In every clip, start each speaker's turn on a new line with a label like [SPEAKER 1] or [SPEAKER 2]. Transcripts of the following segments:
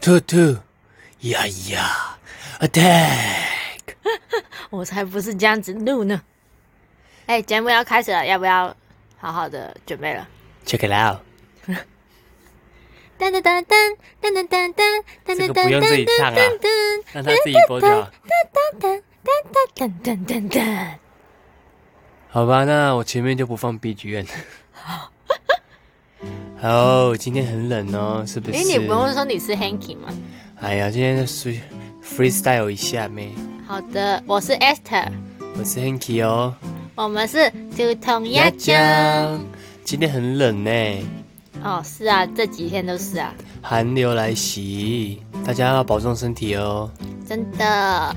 [SPEAKER 1] 兔兔，呀呀，attack！
[SPEAKER 2] 我才不是这样子录呢。哎、节目要开始了，要不要好好的准备了？
[SPEAKER 1] Check it out，
[SPEAKER 2] 噔噔噔噔噔噔噔噔噔
[SPEAKER 1] 这个不用自己唱啊让他自己播就 好。
[SPEAKER 2] 噔噔噔噔噔哎噔。
[SPEAKER 1] 好吧，那我前面就不放 BGM。哦，今天很冷哦，是不
[SPEAKER 2] 因
[SPEAKER 1] 是？
[SPEAKER 2] 为哎你不用说你是 Hanky 吗？
[SPEAKER 1] 哎呀，今天随 freestyle 一下咩？
[SPEAKER 2] 好的，我是 Esther，
[SPEAKER 1] 我是 Hanky 哦，
[SPEAKER 2] 我们是竹筒鸭酱。
[SPEAKER 1] 今天很冷呢，
[SPEAKER 2] 哦，是啊，这几天都是啊，
[SPEAKER 1] 寒流来袭，大家要保重身体哦。
[SPEAKER 2] 真的。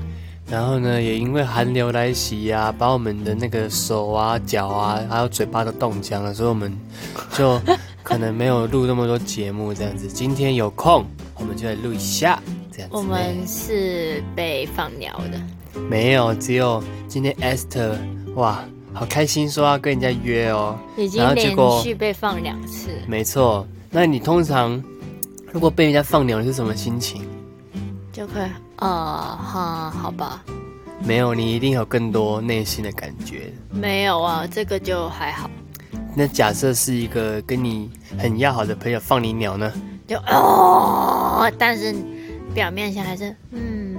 [SPEAKER 1] 然后呢，也因为寒流来袭啊，把我们的那个手啊、脚啊，还有嘴巴都冻僵了，所以我们就可能没有录那么多节目这样子。今天有空，我们就来录一下这样子呢。
[SPEAKER 2] 我们是被放鸟的，
[SPEAKER 1] 没有，只有今天 Esther 哇，好开心，说要跟人家约哦。
[SPEAKER 2] 已经
[SPEAKER 1] 然后结
[SPEAKER 2] 连
[SPEAKER 1] 果
[SPEAKER 2] 续被放两次。
[SPEAKER 1] 没错，那你通常如果被人家放鸟，你是什么心情？
[SPEAKER 2] 就会呃哈，好吧，
[SPEAKER 1] 没有，你一定有更多内心的感觉。
[SPEAKER 2] 没有啊，这个就还好，
[SPEAKER 1] 那假设是一个跟你很要好的朋友放你鸟呢？
[SPEAKER 2] 就哦，但是表面上还是嗯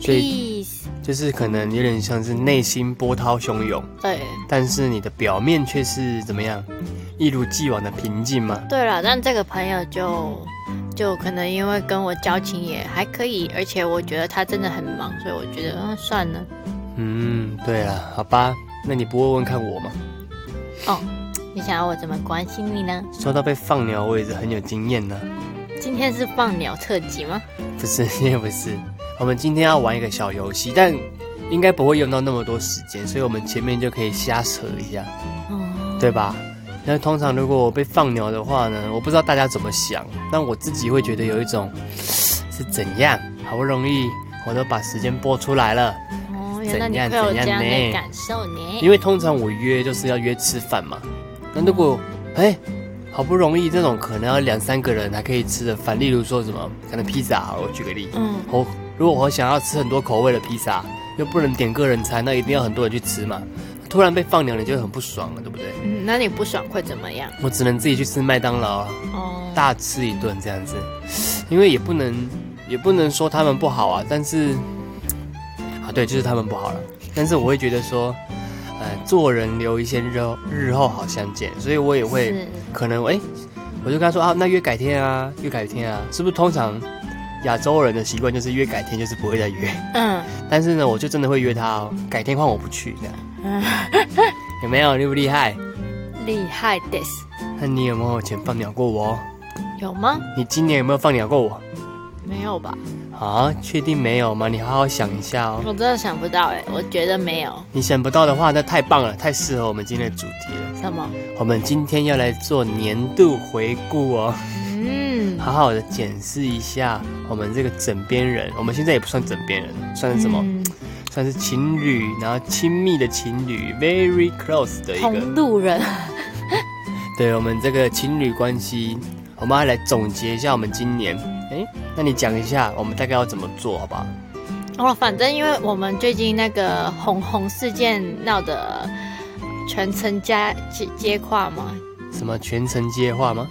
[SPEAKER 1] 所以
[SPEAKER 2] ，peace，
[SPEAKER 1] 就是可能有点像是内心波涛汹涌，
[SPEAKER 2] 对
[SPEAKER 1] 但是你的表面却是怎么样，一如既往的平静嘛。
[SPEAKER 2] 对了，但这个朋友就就可能因为跟我交情也还可以，而且我觉得他真的很忙，所以我觉得嗯算了，
[SPEAKER 1] 嗯，对了，好吧，那你不会问问看我吗？
[SPEAKER 2] 哦，你想要我怎么关心你呢？
[SPEAKER 1] 说到被放鸟，我也是很有经验呢、
[SPEAKER 2] 今天是放鸟特辑吗？
[SPEAKER 1] 不是，也不是，我们今天要玩一个小游戏，但应该不会用到那么多时间，所以我们前面就可以瞎扯一下，
[SPEAKER 2] 哦，
[SPEAKER 1] 对吧？那通常如果我被放鸟的话呢，我不知道大家怎么想，但我自己会觉得有一种是怎样，好不容易我都把时间拨出来了，
[SPEAKER 2] 哦，原来你
[SPEAKER 1] 怎
[SPEAKER 2] 会
[SPEAKER 1] 样怎
[SPEAKER 2] 有这
[SPEAKER 1] 样
[SPEAKER 2] 样
[SPEAKER 1] 呢
[SPEAKER 2] 的感受呢？
[SPEAKER 1] 因为通常我约就是要约吃饭嘛。那如果哎、好不容易这种可能要两三个人才可以吃的饭，例如说什么可能披萨好了，我举个例，
[SPEAKER 2] 嗯，
[SPEAKER 1] 我如果我想要吃很多口味的披萨，又不能点个人餐，那一定要很多人去吃嘛。突然被放鸟，你就会很不爽了，对不对？
[SPEAKER 2] 嗯，那你不爽会怎么样？
[SPEAKER 1] 我只能自己去吃麦当劳啊，
[SPEAKER 2] 哦，
[SPEAKER 1] 大吃一顿这样子，因为也不能也不能说他们不好啊，但是啊对，就是他们不好了。但是我会觉得说，呃，做人留一些日后日后好相见，所以我也会
[SPEAKER 2] 是
[SPEAKER 1] 可能哎、我就跟他说啊，那约改天啊，约改天啊，是不是通常亚洲人的习惯就是约改天，就是不会再约？
[SPEAKER 2] 嗯，
[SPEAKER 1] 但是呢，我就真的会约他哦，改天换我不去这样，有没有厉不厉害？
[SPEAKER 2] 厉害的，
[SPEAKER 1] 那你有没有钱放鸟过我哦？
[SPEAKER 2] 有吗？
[SPEAKER 1] 你今年有没有放鸟过我？
[SPEAKER 2] 没有吧？
[SPEAKER 1] 啊，确定没有吗？你好好想一下哦。
[SPEAKER 2] 我真的想不到哎、我觉得没有
[SPEAKER 1] 你想不到的话，那太棒了，太适合我们今天的主题了。
[SPEAKER 2] 什么。
[SPEAKER 1] 我们今天要来做年度回顾哦，
[SPEAKER 2] 嗯，
[SPEAKER 1] 好好的检视一下我们这个枕边人。我们现在也不算枕边人，算是什么？
[SPEAKER 2] 嗯
[SPEAKER 1] 算是情侣，然后亲密的情侣，very close 的一个。
[SPEAKER 2] 同路人。
[SPEAKER 1] 对我们这个情侣关系，我们要来总结一下我们今年。哎，那你讲一下我们大概要怎么做，好不好？
[SPEAKER 2] 哦，反正因为我们最近那个红红事件闹得全城皆皆皆跨嘛，
[SPEAKER 1] 什么全程接话吗？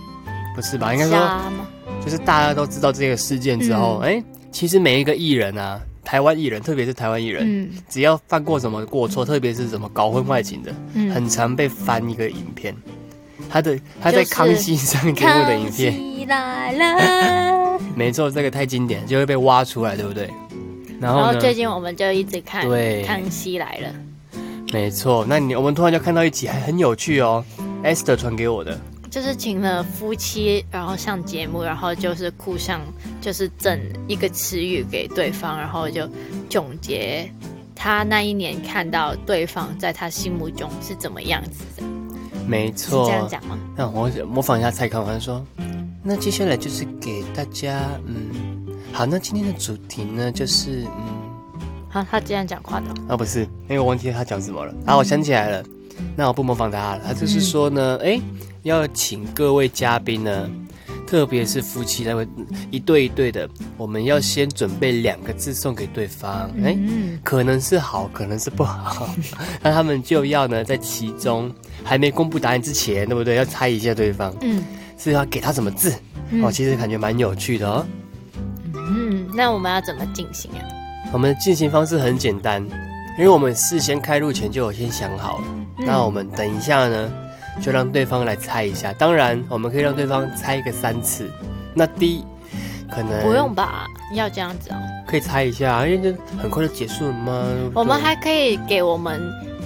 [SPEAKER 1] 不是吧？应该说
[SPEAKER 2] 瞎嘛，
[SPEAKER 1] 就是大家都知道这个事件之后，
[SPEAKER 2] 嗯
[SPEAKER 1] 哎、其实每一个艺人啊，台湾艺人，特别是台湾艺人，
[SPEAKER 2] 嗯
[SPEAKER 1] 只要犯过什么过错，特别是什么搞婚外情的，
[SPEAKER 2] 嗯，
[SPEAKER 1] 很常被翻一个影片。他的他在
[SPEAKER 2] 就
[SPEAKER 1] 《
[SPEAKER 2] 是
[SPEAKER 1] 康熙》上节目的影片，
[SPEAKER 2] 喜来 了。
[SPEAKER 1] 没错，这个太经典，就会被挖出来，对不对？然
[SPEAKER 2] 然
[SPEAKER 1] 后
[SPEAKER 2] 后
[SPEAKER 1] 呢？
[SPEAKER 2] 最近我们就一直看
[SPEAKER 1] 对
[SPEAKER 2] 《康熙来了
[SPEAKER 1] 没错，那你我们突然就看到一集，还很有趣哦。Esther 传给我的，》，
[SPEAKER 2] 就是请了夫妻，然后上节目，然后就是互相就是赠一个词语给对方，然后就总结他那一年看到对方在他心目中是怎么样子的，
[SPEAKER 1] 没
[SPEAKER 2] 是
[SPEAKER 1] 错，
[SPEAKER 2] 这样讲吗？
[SPEAKER 1] 那我模仿一下蔡康永他说：“那接下来就是给大家，嗯，好，那今天的主题呢，就是，嗯，
[SPEAKER 2] 好，他这样讲话的，
[SPEAKER 1] 啊，不是，那个我忘记他讲什么了。啊，我想起来了，那我不模仿他了。他就是说呢，哎、要请各位嘉宾呢，特别是夫妻那位一对一对的，我们要先准备两个字送给对方，哎、
[SPEAKER 2] 嗯，
[SPEAKER 1] 可能是好，可能是不好，那他们就要呢，在其中还没公布答案之前，对不对？要猜一下对方
[SPEAKER 2] 嗯
[SPEAKER 1] 是要给他什么字、哦，其实感觉蛮有趣的哦。
[SPEAKER 2] 嗯，那我们要怎么进行啊？
[SPEAKER 1] 我们的进行方式很简单，因为我们事先开录前就有先想好了。
[SPEAKER 2] 嗯
[SPEAKER 1] 那我们等一下呢，就让对方来猜一下。当然，我们可以让对方猜个三次。那第一，可能
[SPEAKER 2] 不用吧？要这样子哦。
[SPEAKER 1] 可以猜一下，因为这很快就结束了嘛。对不对
[SPEAKER 2] 我们还可以给我们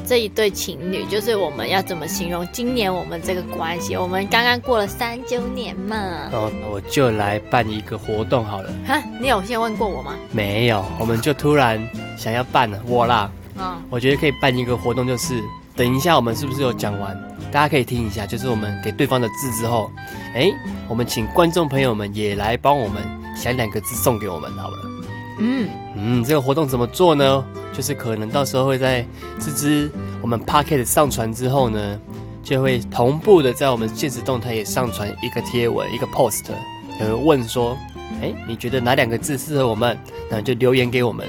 [SPEAKER 2] 这一对情侣，就是我们要怎么形容今年我们这个关系？我们刚刚过了三周年嘛。
[SPEAKER 1] 哦，我就来办一个活动好了。
[SPEAKER 2] 哈，你有先问过我吗？
[SPEAKER 1] 没有，我们就突然想要办了，我啦，
[SPEAKER 2] 啊、
[SPEAKER 1] 我觉得可以办一个活动，就是等一下我们是不是有讲完？大家可以听一下，就是我们给对方的字之后，哎，我们请观众朋友们也来帮我们想两个字送给我们好了。
[SPEAKER 2] 嗯，
[SPEAKER 1] 嗯，这个活动怎么做呢？就是可能到时候会在这支我们 Pocket 上传之后呢，就会同步的在我们现实动态也上传一个贴文，一个 post，有人问说，哎，你觉得哪两个字适合我们？那就留言给我们。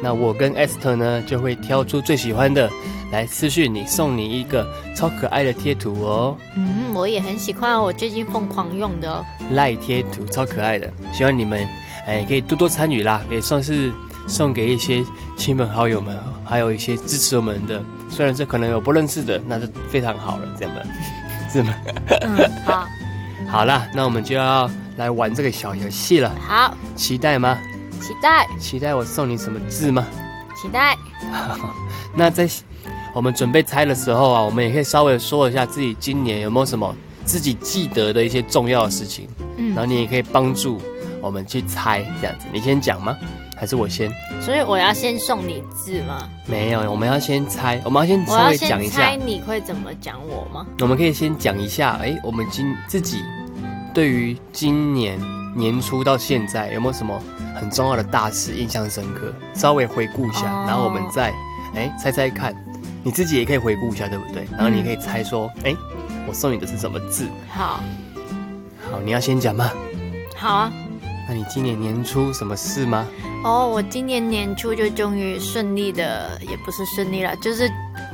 [SPEAKER 1] 那我跟 Esther 呢，就会挑出最喜欢的来私讯你，送你一个超可爱的贴图哦，
[SPEAKER 2] 嗯，我也很喜欢，我最近疯狂用的哦。
[SPEAKER 1] 赖贴图超可爱的，希望你们哎可以多多参与啦，也算是送给一些亲朋好友们，还有一些支持我们的，虽然这可能有不认识的，那就非常好了，这样的，是吗？
[SPEAKER 2] 嗯， 好，
[SPEAKER 1] 好啦，那我们就要来玩这个小游戏了，
[SPEAKER 2] 好，
[SPEAKER 1] 期待吗？
[SPEAKER 2] 期待，
[SPEAKER 1] 期待我送你什么字吗？
[SPEAKER 2] 期待。
[SPEAKER 1] 那在我们准备猜的时候啊，我们也可以稍微说一下自己今年有没有什么自己记得的一些重要的事情，然后
[SPEAKER 2] 嗯，
[SPEAKER 1] 你也可以帮助我们去猜这样子。你先讲吗？还是我先？
[SPEAKER 2] 所以我要先送你字吗？
[SPEAKER 1] 没有，我们要先猜，我们要先
[SPEAKER 2] 我
[SPEAKER 1] 稍
[SPEAKER 2] 要
[SPEAKER 1] 微讲
[SPEAKER 2] 先
[SPEAKER 1] 一
[SPEAKER 2] 猜
[SPEAKER 1] 下，
[SPEAKER 2] 你会怎么讲我吗？
[SPEAKER 1] 我们可以先讲一下，哎，我们今自己对于今年年初到现在有没有什么很重要的大事印象深刻？稍微回顾一下，
[SPEAKER 2] 哦
[SPEAKER 1] 然后我们再哎猜猜看，你自己也可以回顾一下，对不对？然后你可以猜说，哎，我送你的是什么字？
[SPEAKER 2] 好，
[SPEAKER 1] 好，你要先讲吗？
[SPEAKER 2] 好啊。
[SPEAKER 1] 那你今年年初什么事吗？
[SPEAKER 2] 哦，我今年年初就终于顺利的，也不是顺利了，就是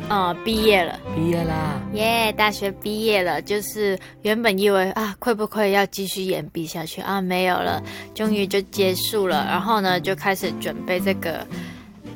[SPEAKER 2] 呃毕业了，
[SPEAKER 1] 毕业啦！
[SPEAKER 2] 耶、大学毕业了。就是原本以为啊，会不会要继续延毕下去啊？没有了，终于就结束了。然后呢，就开始准备这个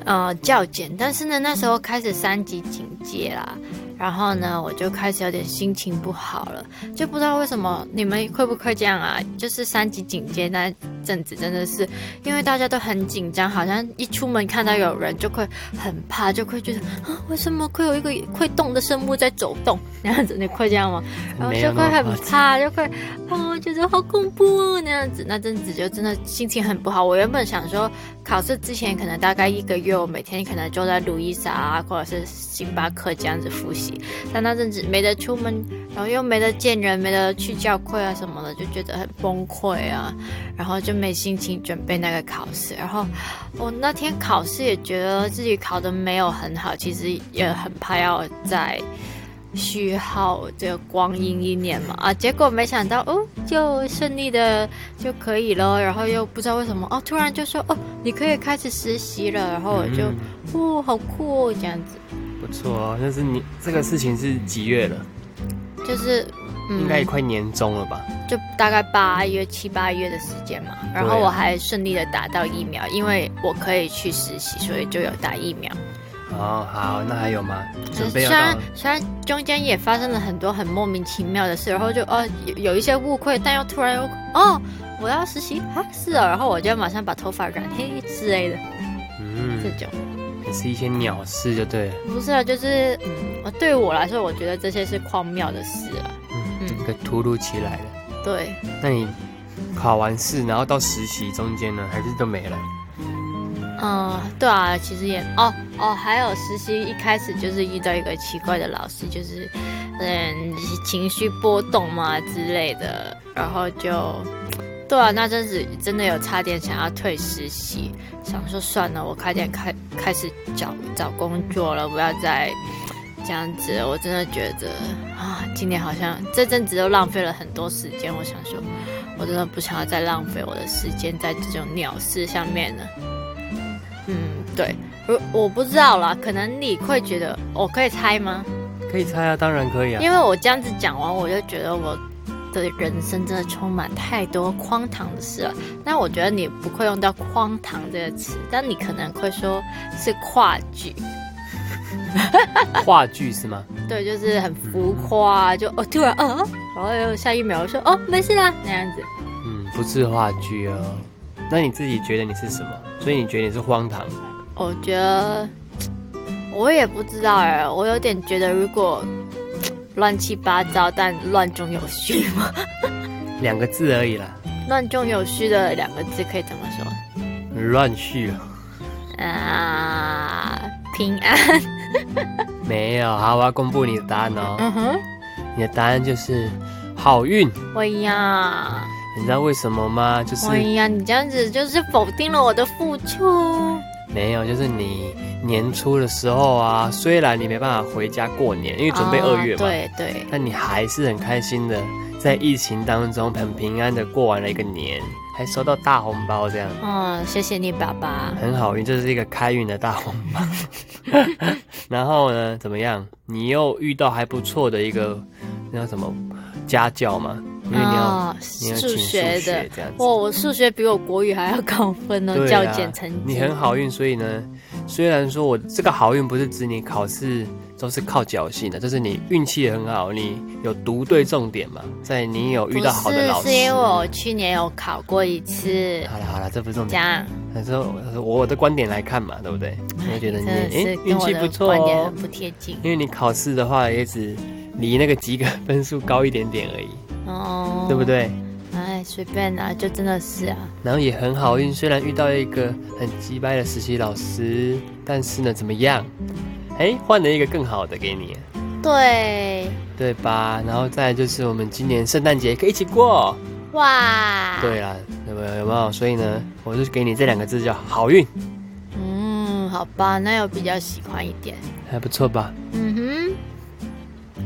[SPEAKER 2] 呃教检，但是呢，那时候开始三级警戒啦。然后呢，我就开始有点心情不好了，就不知道为什么你们会不会这样啊？就是三级警戒那阵子，真的是因为大家都很紧张，好像一出门看到有人就会很怕，就会觉得啊，为什么会有一个会动的生物在走动？那样子你会这样吗？然后
[SPEAKER 1] 没
[SPEAKER 2] 就
[SPEAKER 1] 有那
[SPEAKER 2] 会
[SPEAKER 1] 么
[SPEAKER 2] 很
[SPEAKER 1] 夸张
[SPEAKER 2] 怕，就会啊，我觉得好恐怖哦，那样子那阵子就真的心情很不好。我原本想说，考试之前可能大概一个月，我每天可能就在路易莎啊，或者是星巴克这样子复习，但那阵子没得出门，然后又没得见人，没得去教会啊什么的，就觉得很崩溃啊。然后就没心情准备那个考试。然后我那天考试也觉得自己考的没有很好，其实也很怕要再虚耗这个光阴一年嘛啊，结果没想到哦，就顺利的就可以了，然后又不知道为什么哦，突然就说哦，你可以开始实习了，然后我
[SPEAKER 1] 嗯
[SPEAKER 2] 就、哦，好酷哦，这样子，
[SPEAKER 1] 不错哦，那是你这个事情是几月了？
[SPEAKER 2] 就是嗯，
[SPEAKER 1] 应该也快年终了吧？
[SPEAKER 2] 就大概八月七八月的时间嘛，然后
[SPEAKER 1] 对啊
[SPEAKER 2] 我还顺利的打到疫苗，因为我可以去实习，所以就有打疫苗。
[SPEAKER 1] 哦，好，那还有吗？准备
[SPEAKER 2] 虽
[SPEAKER 1] 要到
[SPEAKER 2] 然
[SPEAKER 1] 了
[SPEAKER 2] 虽然中间也发生了很多很莫名其妙的事，然后就哦有有一些误会，但又突然又哦我要实习啊是哦，然后我就马上把头发染黑之类的这
[SPEAKER 1] 嗯，
[SPEAKER 2] 种，
[SPEAKER 1] 也是一些鸟事就对了。
[SPEAKER 2] 不是啊，就是嗯对我来说，我觉得这些是荒谬的事啊，
[SPEAKER 1] 嗯，
[SPEAKER 2] 嗯
[SPEAKER 1] 这个突如其来的。
[SPEAKER 2] 对。
[SPEAKER 1] 那你考完试，然后到实习中间呢，还是都没了？
[SPEAKER 2] 嗯，对啊，其实也哦哦，还有实习一开始就是遇到一个奇怪的老师，就是嗯情绪波动嘛之类的，然后就对啊，那阵子真的有差点想要退实习，想说算了，我快点开开始找找工作了，不要再这样子了，我真的觉得啊，今年好像这阵子都浪费了很多时间，我想说我真的不想要再浪费我的时间在这种鸟事上面了。嗯，对，我我不知道啦，可能你会觉得我可以猜吗？
[SPEAKER 1] 可以猜啊，当然可以啊。
[SPEAKER 2] 因为我这样子讲完，我就觉得我的人生真的充满太多荒唐的事了。那我觉得你不会用到“荒唐”这个词，但你可能会说是跨举，呃
[SPEAKER 1] 话剧是吗？
[SPEAKER 2] 对，就是很浮夸啊、就哦突然啊，然后又下一秒说哦没事啦那样子。
[SPEAKER 1] 嗯，不是话剧哦。那你自己觉得你是什么？所以你觉得你是荒唐？
[SPEAKER 2] 我觉得我也不知道哎，我有点觉得如果乱七八糟但乱中有序嘛，
[SPEAKER 1] 两个字而已啦，
[SPEAKER 2] 乱中有序的两个字可以怎么说？
[SPEAKER 1] 乱序啊。
[SPEAKER 2] 啊，平安。
[SPEAKER 1] 没有，好，我要公布你的答案哦。
[SPEAKER 2] 嗯哼，
[SPEAKER 1] 你的答案就是好运。
[SPEAKER 2] 我呀，
[SPEAKER 1] 你知道为什么吗？就是
[SPEAKER 2] 我呀，你这样子就是否定了我的付出。
[SPEAKER 1] 没有，就是你年初的时候啊，虽然你没办法回家过年，因为准备
[SPEAKER 2] 啊
[SPEAKER 1] 二月嘛，
[SPEAKER 2] 对对，
[SPEAKER 1] 但你还是很开心的，在疫情当中很平安的过完了一个年，还收到大红包，这样
[SPEAKER 2] 嗯，谢谢你爸爸。
[SPEAKER 1] 很好运，这是一个开运的大红包。 然后呢，怎么样？你又遇到还不错的一个那叫什么家教嘛，因为你要、
[SPEAKER 2] 啊，
[SPEAKER 1] 你要
[SPEAKER 2] 数
[SPEAKER 1] 请
[SPEAKER 2] 学的
[SPEAKER 1] 这样子。
[SPEAKER 2] 哇，我数学比我国语还要高分哦，
[SPEAKER 1] 对
[SPEAKER 2] 教
[SPEAKER 1] 啊，
[SPEAKER 2] 检成绩。
[SPEAKER 1] 你很好运，所以呢，虽然说我这个好运不是指你考试都是靠侥幸的，就是你运气也很好，你有读对重点嘛，在你有遇到好的老师。
[SPEAKER 2] 不是，是因为我去年有考过一次，
[SPEAKER 1] 好了好了，这不是重
[SPEAKER 2] 这
[SPEAKER 1] 点。
[SPEAKER 2] 样。
[SPEAKER 1] 但是我我的观点来看嘛，对不对？我就觉得你
[SPEAKER 2] 真的
[SPEAKER 1] 诶
[SPEAKER 2] 嗯是跟
[SPEAKER 1] 运
[SPEAKER 2] 我
[SPEAKER 1] 气
[SPEAKER 2] 的
[SPEAKER 1] 不错
[SPEAKER 2] 观点
[SPEAKER 1] 哦
[SPEAKER 2] 很，不贴近。
[SPEAKER 1] 因为你考试的话也只离那个及格分数高一点点而已，
[SPEAKER 2] 哦，
[SPEAKER 1] 对不？对？
[SPEAKER 2] 哎，随便啦、就真的是啊。
[SPEAKER 1] 然后也很好运，虽然遇到一个很鸡掰的实习老师，但是呢，怎么样？哎，换了一个更好的给你，
[SPEAKER 2] 对，
[SPEAKER 1] 对吧？然后再来就是我们今年圣诞节可以一起过，
[SPEAKER 2] 哇，，
[SPEAKER 1] 对啦，有没有？有没有？所以呢，我就给你这两个字叫好运，
[SPEAKER 2] 嗯，好吧，那我比较喜欢一点。
[SPEAKER 1] 还不错吧？
[SPEAKER 2] 嗯哼，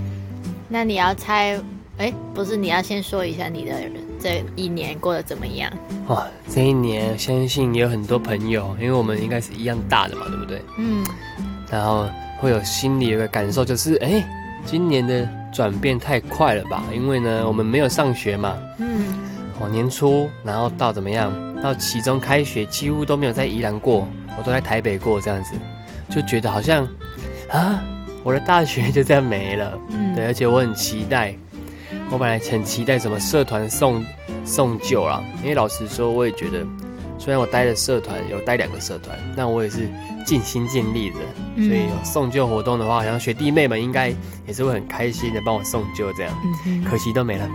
[SPEAKER 2] 那你要猜？哎，不是，你要先说一下你的这一年过得怎么样？
[SPEAKER 1] 哇，这一年相信也有很多朋友，因为我们应该是一样大的嘛，对不对？
[SPEAKER 2] 嗯，
[SPEAKER 1] 然后会有心里有个感受，就是哎，今年的转变太快了吧？因为呢，我们没有上学嘛，
[SPEAKER 2] 嗯，
[SPEAKER 1] 哦，年初，然后到怎么样？到期中开学，几乎都没有在宜兰过，我都在台北过，这样子，就觉得好像啊，我的大学就这样没了。
[SPEAKER 2] 嗯
[SPEAKER 1] 对，而且我很期待，我本来很期待什么社团送送旧啦，因为老实说，我也觉得，虽然我待的社团有待两个社团，但我也是尽心尽力的，
[SPEAKER 2] 嗯
[SPEAKER 1] 所以有送旧活动的话，好像学弟妹们应该也是会很开心的帮我送旧这样，
[SPEAKER 2] 嗯哼，
[SPEAKER 1] 可惜都没了。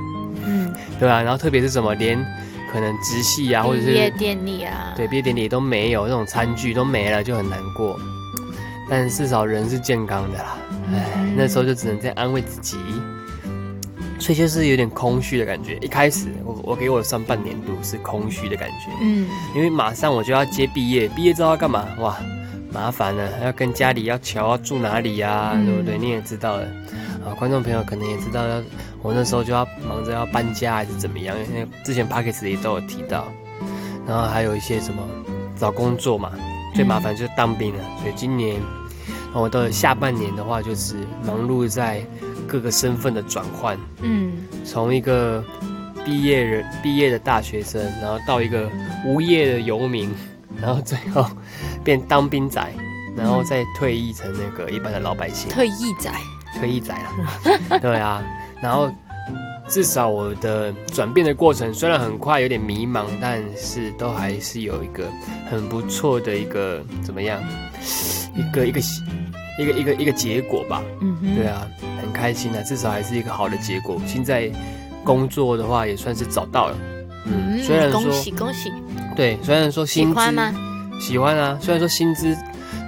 [SPEAKER 2] 嗯，
[SPEAKER 1] 对啊，然后特别是什么，连可能直系啊，或者
[SPEAKER 2] 毕业
[SPEAKER 1] 是
[SPEAKER 2] 典礼啊，
[SPEAKER 1] 对毕业典礼都没有，那种餐具都没了，就很难过。但至少人是健康的啦，
[SPEAKER 2] 嗯
[SPEAKER 1] 唉，那时候就只能这样安慰自己，所以就是有点空虚的感觉。一开始我我给我上半年度是空虚的感觉，
[SPEAKER 2] 嗯，
[SPEAKER 1] 因为马上我就要接毕业，毕业之后要干嘛？哇，麻烦了，还要跟家里要瞧要住哪里呀、
[SPEAKER 2] 嗯
[SPEAKER 1] 对不对？你也知道了，啊，观众朋友可能也知道要，我那时候就要忙着要搬家还是怎么样，因为之前 p o c k e t 里都有提到，然后还有一些什么找工作嘛，最麻烦就是当兵了，所以今年。我的下半年的话，就是忙碌在各个身份的转换，
[SPEAKER 2] 嗯，
[SPEAKER 1] 从一个毕业人、毕业的大学生，然后到一个无业的游民，然后最后变当兵仔，然后再退役成那个一般的老百姓，
[SPEAKER 2] 退役仔，
[SPEAKER 1] 退役仔了。对啊，然后至少我的转变的过程虽然很快，有点迷茫，但是都还是有一个很不错的一个怎么样，一个一个一个一个一个结果吧。
[SPEAKER 2] 嗯哼，
[SPEAKER 1] 对啊，很开心啊，至少还是一个好的结果。现在工作的话也算是找到了，嗯，虽然
[SPEAKER 2] 恭
[SPEAKER 1] 说
[SPEAKER 2] 喜恭喜，
[SPEAKER 1] 对，虽然说
[SPEAKER 2] 喜
[SPEAKER 1] 薪资
[SPEAKER 2] 欢吗？
[SPEAKER 1] 喜欢啊，虽然说薪资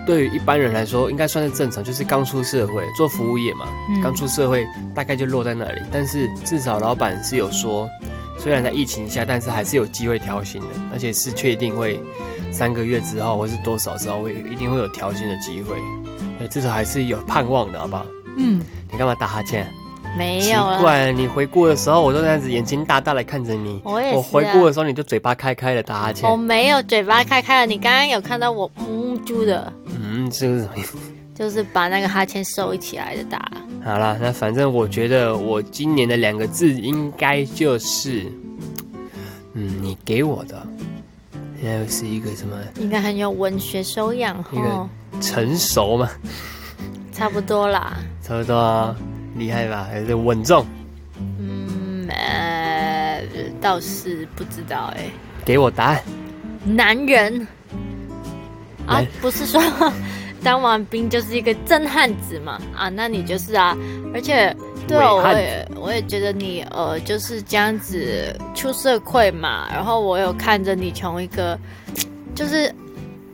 [SPEAKER 1] 对于一般人来说应该算是正常，就是刚出社会做服务业嘛，
[SPEAKER 2] 嗯
[SPEAKER 1] 刚出社会大概就落在那里。但是至少老板是有说，虽然在疫情下，但是还是有机会调薪的，而且是确定会三个月之后或是多少之后会一定会有调薪的机会，对至少还是有盼望的，好不好？
[SPEAKER 2] 嗯，
[SPEAKER 1] 你干嘛打哈欠？
[SPEAKER 2] 没
[SPEAKER 1] 奇
[SPEAKER 2] 有啊啦，
[SPEAKER 1] 怪，你回顾的时候，我都这样子眼睛大大的看着你。
[SPEAKER 2] 我也是啊
[SPEAKER 1] 回顾的时候，你就嘴巴开开的打哈欠
[SPEAKER 2] 我。哦没有嘴巴开开了。你刚刚有看到我呜呜啾的，
[SPEAKER 1] 嗯，这个什么意思？
[SPEAKER 2] 就是把那个哈欠收起来的打。
[SPEAKER 1] 好啦，那反正我觉得我今年的两个字应该就是，嗯，你给我的，应该是一个什么
[SPEAKER 2] 应该很有文学修养
[SPEAKER 1] 一个
[SPEAKER 2] 哦，
[SPEAKER 1] 成熟嘛，
[SPEAKER 2] 差不多啦。
[SPEAKER 1] 差不多啊，厉害吧？还是稳重？
[SPEAKER 2] 嗯，呃，倒是不知道哎、
[SPEAKER 1] 给我答案。
[SPEAKER 2] 男人啊
[SPEAKER 1] 男，
[SPEAKER 2] 不是说 当完兵就是一个真汉子嘛？啊，那你就是啊，而且对啊，
[SPEAKER 1] 伪汉
[SPEAKER 2] 我
[SPEAKER 1] 子
[SPEAKER 2] 也我也觉得你呃就是这样子出社会嘛，然后我有看着你从一个就是，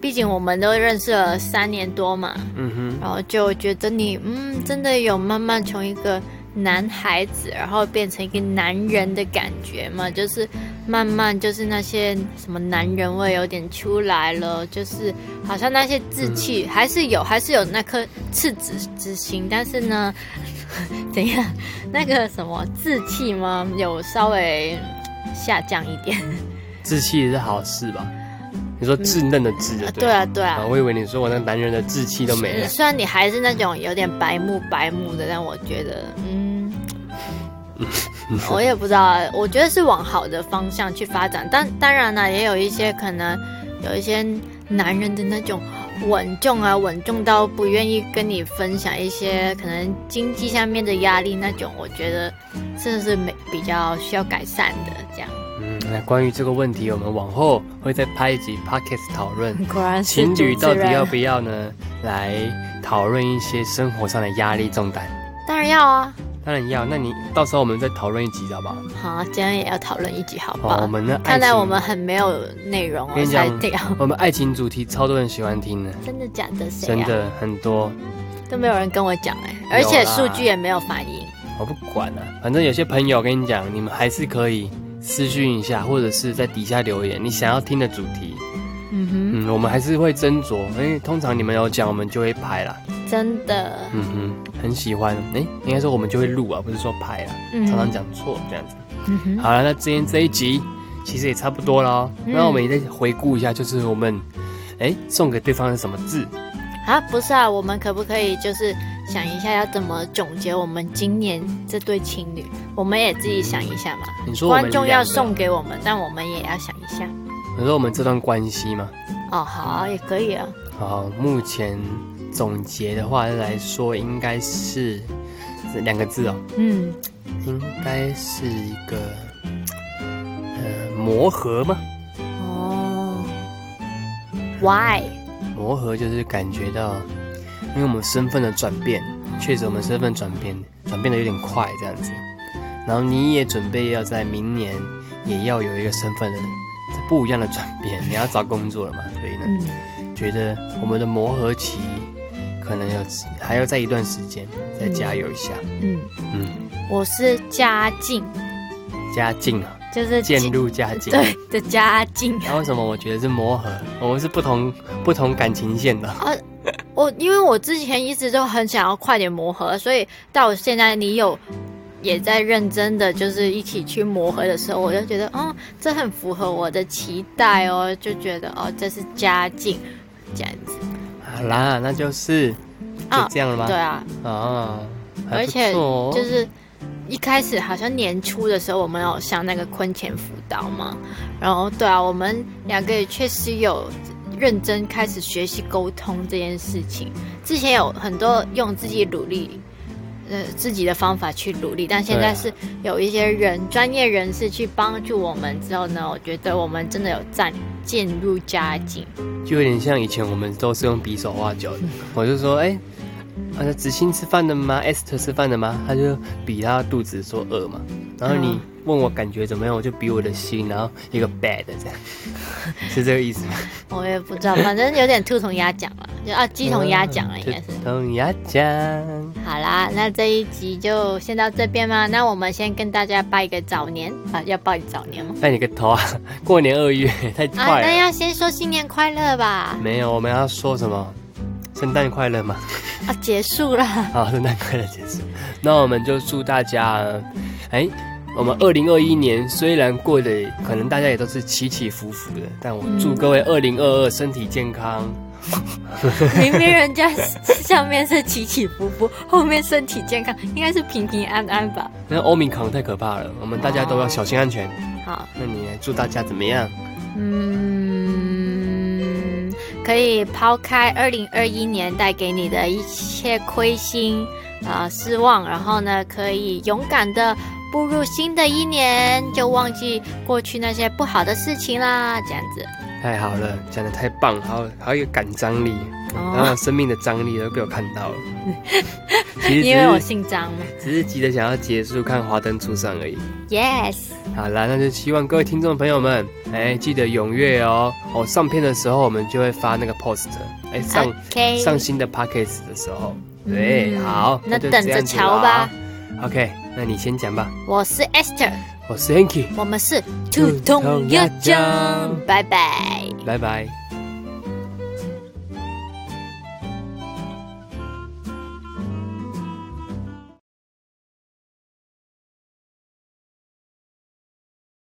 [SPEAKER 2] 毕竟我们都认识了三年多嘛，
[SPEAKER 1] 嗯哼，
[SPEAKER 2] 然后就觉得你嗯真的有慢慢从一个男孩子，然后变成一个男人的感觉嘛，就是慢慢就是那些什么男人味有点出来了，就是好像那些志气还是有，还是有那颗赤子之心，但是呢， 怎样那个什么志气吗，有稍微下降一点。
[SPEAKER 1] 志气是好事吧？你说稚嫩的稚就
[SPEAKER 2] 嗯对
[SPEAKER 1] 了
[SPEAKER 2] 啊，对啊。
[SPEAKER 1] 啊，我以为你说我那个男人的志气都没了
[SPEAKER 2] 嗯。虽然你还是那种有点白目白目的，但我觉得， 嗯，我也不知道啊，我觉得是往好的方向去发展。但当然啦，也有一些可能有一些男人的那种稳重啊，稳重到不愿意跟你分享一些可能经济上面的压力那种，我觉得这是没比较需要改善的。这样，
[SPEAKER 1] 嗯，那关于这个问题，我们往后会再拍一集 podcast 讨 论。
[SPEAKER 2] 果然是
[SPEAKER 1] 情侣
[SPEAKER 2] 主持
[SPEAKER 1] 到底
[SPEAKER 2] 人
[SPEAKER 1] 要不要呢？来讨论一些生活上的压力重担。
[SPEAKER 2] 当然要啊。
[SPEAKER 1] 当然要，那你到时候我们再讨论一集，好不好？
[SPEAKER 2] 好，今天也要讨论一集，好不好？
[SPEAKER 1] 哦，我们的爱
[SPEAKER 2] 看来
[SPEAKER 1] 情
[SPEAKER 2] 我们很没有内容
[SPEAKER 1] 跟
[SPEAKER 2] 哦，
[SPEAKER 1] 你
[SPEAKER 2] 删
[SPEAKER 1] 讲
[SPEAKER 2] 掉。
[SPEAKER 1] 我们爱情主题超多人喜欢听的，
[SPEAKER 2] 真的假的？谁、啊？
[SPEAKER 1] 真的很多。
[SPEAKER 2] 都没有人跟我讲哎、
[SPEAKER 1] 有啦
[SPEAKER 2] 而且数据也没有反应。
[SPEAKER 1] 我不管了、反正有些朋友跟你讲，你们还是可以私讯一下，或者是在底下留言你想要听的主题。
[SPEAKER 2] 嗯
[SPEAKER 1] 嗯，我们还是会斟酌，因为通常你们有讲，我们就会拍啦。
[SPEAKER 2] 哼，真的，
[SPEAKER 1] 嗯哼，很喜欢。哎、应该说我们就会录啊，不是说拍啊，
[SPEAKER 2] 嗯
[SPEAKER 1] 常常讲错这样子。
[SPEAKER 2] 嗯哼，
[SPEAKER 1] 好了，那今天这一集其实也差不多了哦。
[SPEAKER 2] 嗯
[SPEAKER 1] 那我们也再回顾一下，就是我们哎、送给对方是什么字？
[SPEAKER 2] 啊，不是啊，我们可不可以就是想一下要怎么总结我们今年这对情侣？我们也自己想一下嘛。
[SPEAKER 1] 你说我们
[SPEAKER 2] 观众
[SPEAKER 1] 两
[SPEAKER 2] 要
[SPEAKER 1] 个
[SPEAKER 2] 送给我们，但我们也要想一下。
[SPEAKER 1] 你说我们这段关系吗？
[SPEAKER 2] 哦，好啊，也可以啊。
[SPEAKER 1] 好，目前总结的话来说，应该是这两个字哦，
[SPEAKER 2] 嗯，
[SPEAKER 1] 应该是一个呃磨合吗？
[SPEAKER 2] 哦，Why？
[SPEAKER 1] 磨合就是感觉到，因为我们身份的转变，确实我们身份转变转变的有点快这样子，然后你也准备要在明年也要有一个身份的不一样的转变，你要找工作了嘛，所以呢，
[SPEAKER 2] 嗯，
[SPEAKER 1] 觉得我们的磨合期可能要还要在一段时间，再加油一下，
[SPEAKER 2] 嗯，
[SPEAKER 1] 嗯，
[SPEAKER 2] 我是嘉靖，
[SPEAKER 1] 加进啊，
[SPEAKER 2] 就是
[SPEAKER 1] 渐入佳境。
[SPEAKER 2] 对 的嘉靖。
[SPEAKER 1] 那为什么我觉得是磨合？我们是不同不同感情线的，
[SPEAKER 2] 哦我因为我之前一直都很想要快点磨合，所以到现在你有也在认真的就是一起去磨合的时候，我就觉得，哦，这很符合我的期待哦，就觉得哦，这是家境这样子
[SPEAKER 1] 好啦，那就是就这样了吗？
[SPEAKER 2] 对啊，
[SPEAKER 1] 啊，还
[SPEAKER 2] 而
[SPEAKER 1] 不
[SPEAKER 2] 且
[SPEAKER 1] 错哦
[SPEAKER 2] 就是一开始好像年初的时候，我们有上那个婚前辅导嘛，然后对啊，我们两个也确实有认真开始学习沟通这件事情。之前有很多用自己努力，呃，自己的方法去努力，但现
[SPEAKER 1] 对
[SPEAKER 2] 在
[SPEAKER 1] 啊
[SPEAKER 2] 是有一些人专业人士去帮助我们之后呢，我觉得我们真的有站渐入佳境。
[SPEAKER 1] 就有点像以前我们都是用匕首画脚的。我就说，哎、啊，子欣吃饭了吗？Esther 吃饭了吗？他就比他肚子说饿嘛，然后你
[SPEAKER 2] 嗯
[SPEAKER 1] 问我感觉怎么样，我就比我的心，然后一个 bad 这样，是这个意思吗？
[SPEAKER 2] 我也不知道，反正有点兔同鸭讲了，就啊鸡同鸭讲了，应
[SPEAKER 1] 嗯
[SPEAKER 2] 该是。
[SPEAKER 1] 同啊鸭讲，
[SPEAKER 2] 好啦，那这一集就先到这边嘛。那我们先跟大家拜个早年啊，要拜早年吗？
[SPEAKER 1] 拜你个头啊！过年二月太
[SPEAKER 2] 啊，
[SPEAKER 1] 快
[SPEAKER 2] 那
[SPEAKER 1] 了。
[SPEAKER 2] 要先说新年快乐吧。
[SPEAKER 1] 没有，我们要说什么？圣诞快乐嘛？
[SPEAKER 2] 啊，结束啦，
[SPEAKER 1] 好， 圣诞快乐结束。那我们就祝大家，哎、我们二零二一年虽然过得可能大家也都是起起伏伏的，但我祝
[SPEAKER 2] 嗯
[SPEAKER 1] 各位二零二二身体健康。
[SPEAKER 2] 明明人家上面是起起伏伏，后面身体健康，应该是平平安安吧。
[SPEAKER 1] 那欧米康太可怕了，我们大家都要小心安全。
[SPEAKER 2] 好，
[SPEAKER 1] 那你来祝大家怎么样？
[SPEAKER 2] 嗯，可以抛开二零二一年带给你的一切亏心啊、呃失望，然后呢，可以勇敢的步入新的一年，就忘记过去那些不好的事情啦，这样子。
[SPEAKER 1] 太好了，讲的太棒，好好有感张力，然
[SPEAKER 2] 哦，
[SPEAKER 1] 后生命的张力都被我看到 了。其实
[SPEAKER 2] 因为我
[SPEAKER 1] 只是
[SPEAKER 2] 姓张嘛。
[SPEAKER 1] 只是急着想要结束看华灯初上而已。
[SPEAKER 2] Yes，
[SPEAKER 1] 好啦，那就希望各位听众朋友们，哎，记得踊跃哦。哦，上片的时候我们就会发那个 post，哎，上
[SPEAKER 2] OK
[SPEAKER 1] 上新的 podcast 的时候，对，
[SPEAKER 2] 嗯
[SPEAKER 1] 好，
[SPEAKER 2] 那
[SPEAKER 1] 就
[SPEAKER 2] 等
[SPEAKER 1] 这
[SPEAKER 2] 着
[SPEAKER 1] 样子
[SPEAKER 2] 瞧
[SPEAKER 1] 啦
[SPEAKER 2] 吧。
[SPEAKER 1] OK，那你先讲吧。
[SPEAKER 2] 我是 Esther，
[SPEAKER 1] 我是 Hanky，
[SPEAKER 2] 我们是
[SPEAKER 1] 兔
[SPEAKER 2] 兔
[SPEAKER 1] 同
[SPEAKER 2] 同
[SPEAKER 1] 鸭
[SPEAKER 2] 鸭
[SPEAKER 1] 酱
[SPEAKER 2] 酱，拜拜。
[SPEAKER 1] 拜拜。